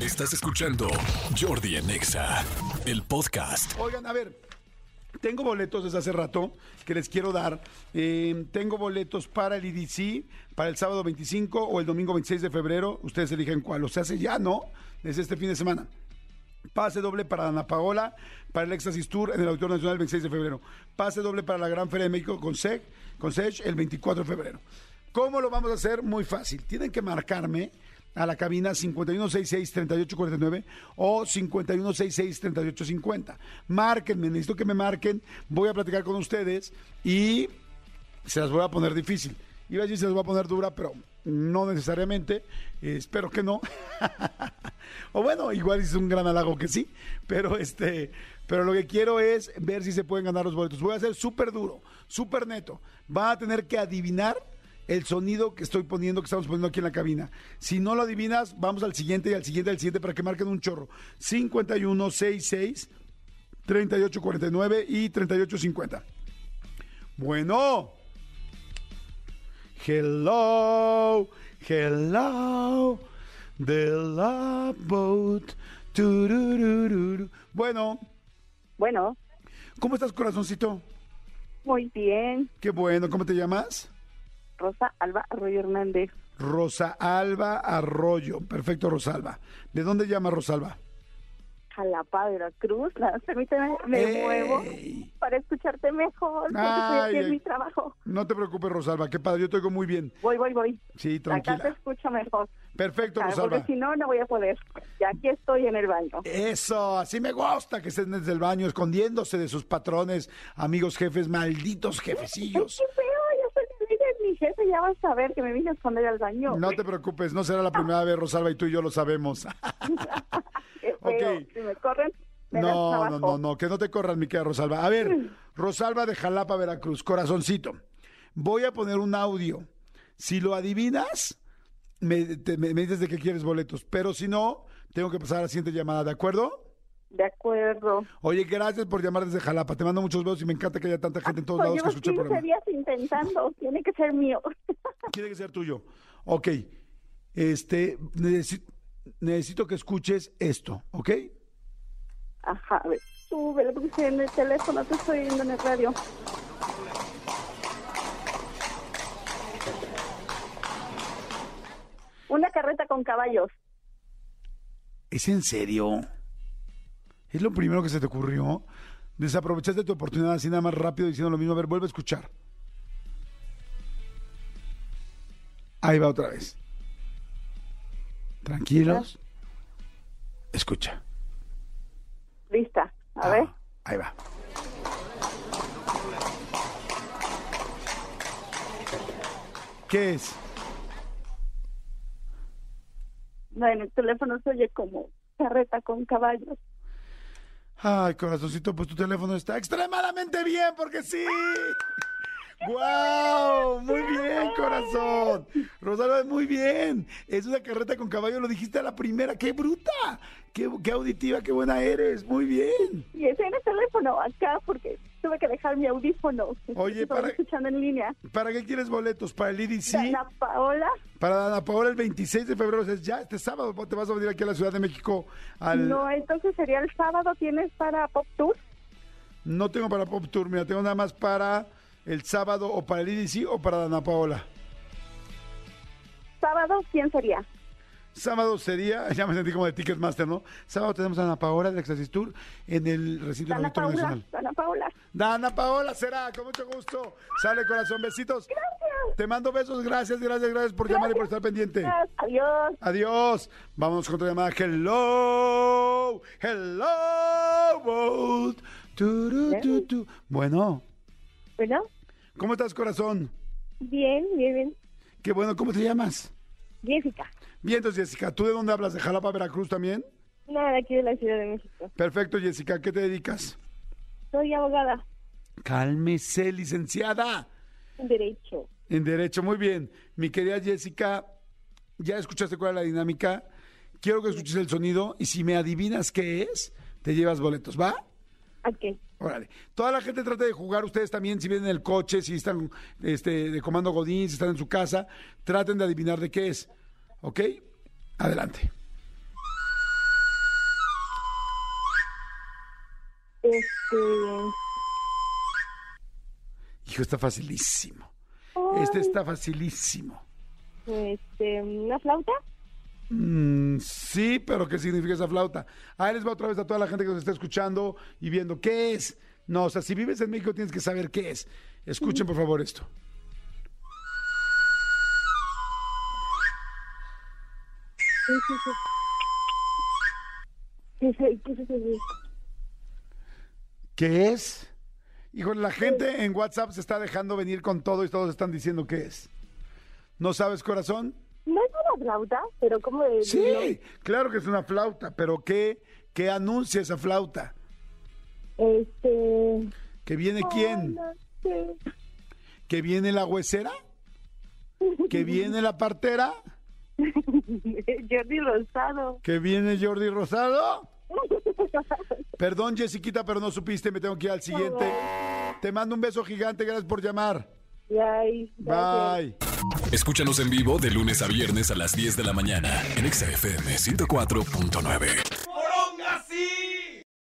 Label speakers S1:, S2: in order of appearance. S1: Estás escuchando Jordi en EXA, el podcast.
S2: Oigan, a ver, tengo boletos desde hace rato que les quiero dar. Eh, tengo boletos para el IDC, para el sábado 25 o el domingo 26 de febrero. Ustedes eligen cuál. O sea, hace ya, ¿no? Desde este fin de semana. Pase doble para Ana Paola, para el Éxtasis Tour en el Autor Nacional el 26 de febrero. Pase doble para la Gran Feria de México con SEG, con SEG el 24 de febrero. ¿Cómo lo vamos a hacer? Muy fácil. Tienen que marcarme a la cabina 5166-3849 o 5166-3850. Márquenme, necesito que me marquen. Voy a platicar con ustedes y se las voy a poner difícil. Iba a decir se las voy a poner dura, pero no necesariamente. Eh, espero que no. o bueno, igual es un gran halago que sí. Pero este, pero lo que quiero es ver si se pueden ganar los boletos. Voy a ser súper duro, súper neto. Van a tener que adivinar el sonido que estoy poniendo, que estamos poniendo aquí en la cabina. Si no lo adivinas, vamos al siguiente y al siguiente y al siguiente para que marquen un chorro. 5166 3849 y 3850. Bueno. Hello, hello, the love boat. tururururu. Bueno,
S3: Bueno,
S2: ¿cómo estás, corazoncito?
S3: muy bien.
S2: Qué bueno, ¿cómo te llamas?
S3: Rosa Alba Arroyo Hernández,
S2: Rosa Alba Arroyo. Perfecto, Rosalba. ¿De dónde llama Rosalba?
S3: Jalapa, Veracruz. La- Permíteme, me
S2: ¡Ey!
S3: muevo para escucharte mejor. Porque estoy
S2: Ay,
S3: aquí en
S2: ay.
S3: mi trabajo.
S2: No te preocupes, Rosalba. Qué padre, yo te oigo muy bien.
S3: Voy, voy, voy.
S2: Sí,
S3: Acá te
S2: tranquila.
S3: escucho mejor.
S2: Perfecto,
S3: Ah,
S2: Rosalba.
S3: Porque si no, no voy a poder. Y aquí estoy en el baño.
S2: Eh, Eso, así me gusta que estén desde el baño escondiéndose de sus patrones, amigos jefes, malditos
S3: Ay,
S2: jefecillos.
S3: qué feo! Ya soy mi jefe, ya vas a ver que me vine a esconder al baño.
S2: No te preocupes, no será la primera vez, Rosalba, y tú y yo lo sabemos.
S3: Qué feo.
S2: ok.
S3: Si me corren, me dan
S2: No, no,
S3: trabajo.
S2: no, no, que no te corran, mi querida Rosalba. A ver, Rosalba de Jalapa, Veracruz, corazoncito. Voy a poner un audio. Si lo adivinas, me, te- me- me dices de que quieres boletos, pero si no, tengo que pasar a la siguiente llamada, ¿de acuerdo?
S3: De acuerdo.
S2: Oye, gracias por llamar desde Jalapa. Te mando muchos besos y me encanta que haya tanta gente en todos
S3: Pues
S2: lados que
S3: llevo
S2: escucha el
S3: 15
S2: programa.
S3: días intentando. Tiene que ser mío.
S2: Tiene que ser tuyo. Ok. Este, necesi- necesito que escuches esto, ¿ok?
S3: Ajá, a ver, súbele porque estoy en el teléfono, te estoy viendo en el radio. Una carreta con caballos.
S2: ¿Es en serio? ¿Es lo primero que se te ocurrió? Desaprovechaste tu oportunidad así nada más rápido diciendo lo mismo. A ver, vuelve a escuchar. Ahí va otra vez. Tranquilos. Escucha. Ah,
S3: Lista, a ver.
S2: Ahí va. ¿Qué es?
S3: No, en el teléfono se oye como carreta con caballos.
S2: Ay, corazoncito, pues tu teléfono está extremadamente bien, porque sí. ¡Guau! Muy bien, corazón. Rosalba, muy bien. Es una carreta con caballo, lo dijiste a la primera. ¡Qué bruta! ¡Qué, qué auditiva, qué buena eres! Muy bien.
S3: Y es en el teléfono acá porque tuve que dejar mi audífono.
S2: Oye,
S3: Estaba
S2: para-
S3: escuchando en línea.
S2: ¿Para qué quieres boletos? ¿Para el IDC?
S3: Ana Paola,
S2: Para Ana Paola el 26 de febrero. O sea, ya este sábado te vas a venir aquí a la Ciudad de México. Al...
S3: no, entonces sería el sábado. ¿Tienes para Pop Tour?
S2: No tengo para Pop Tour, mira, tengo nada más para el sábado o para el IDC o para Ana Paola.
S3: Sábado, ¿quién sería?
S2: Sábado sería, ya me sentí como de Ticketmaster, ¿no? Sábado tenemos a Ana Paola del Éxtasis Tour en el recinto del
S3: Ana
S2: Auditorio
S3: Paola,
S2: Nacional.
S3: Ana Paola.
S2: Dana Paola será, con mucho gusto. Sale corazón, besitos.
S3: Gracias.
S2: Te mando besos, gracias, gracias, gracias por llamar y por estar pendiente.
S3: Adiós.
S2: Adiós. Vamos con otra llamada. Hello, hello, world. Turu, tu, tu. Bueno,
S3: Bueno,
S2: ¿cómo estás, corazón?
S3: bien, bien, bien.
S2: Qué bueno, ¿cómo te llamas?
S3: Jessica,
S2: Bien, entonces, Jessica, ¿tú de dónde hablas? ¿De Jalapa, Veracruz también?
S3: nada, aquí de la Ciudad de México.
S2: Perfecto, Jessica, ¿qué te dedicas?
S3: Soy abogada
S2: Cálmese, licenciada.
S3: en Derecho.
S2: En Derecho, muy bien. Mi querida Jessica, ya escuchaste cuál es la dinámica. Quiero que escuches el sonido y si me adivinas qué es, te llevas boletos, ¿va?
S3: Ok,
S2: Órale. Toda la gente trata de jugar, ustedes también, si vienen en el coche, si están este, de comando Godín, si están en su casa, traten de adivinar de qué es. ¿Ok? Adelante.
S3: Este.
S2: Hijo, está facilísimo.
S3: ay,
S2: Este está facilísimo.
S3: Este, ¿Una flauta?
S2: Mm, sí, pero ¿qué significa esa flauta? Ahí les va otra vez a toda la gente que nos está escuchando y viendo qué es. No, o sea, si vives en México tienes que saber qué es. Escuchen por favor esto.
S3: ¿Qué es eso? ¿Qué es eso? ¿Qué es eso?
S2: ¿Qué es? Híjole, la gente en WhatsApp se está dejando venir con todo y todos están diciendo qué es. ¿No sabes, corazón?
S3: No es una flauta, pero como de...
S2: Sí, claro que es una flauta, pero ¿qué, qué anuncia esa flauta?
S3: Este...
S2: ¿Que viene quién?
S3: ay, no sé.
S2: ¿Que viene la huesera? ¿Que viene la partera?
S3: Jordi Rosado.
S2: ¿Que viene Jordi Rosado? Perdón, Jessiquita, pero no supiste, me tengo que ir al siguiente. Te mando un beso gigante, gracias por llamar.
S3: Y ahí,
S2: Bye.
S3: gracias.
S1: Escúchanos en vivo de lunes a viernes a las 10 de la mañana en Exa FM 104.9.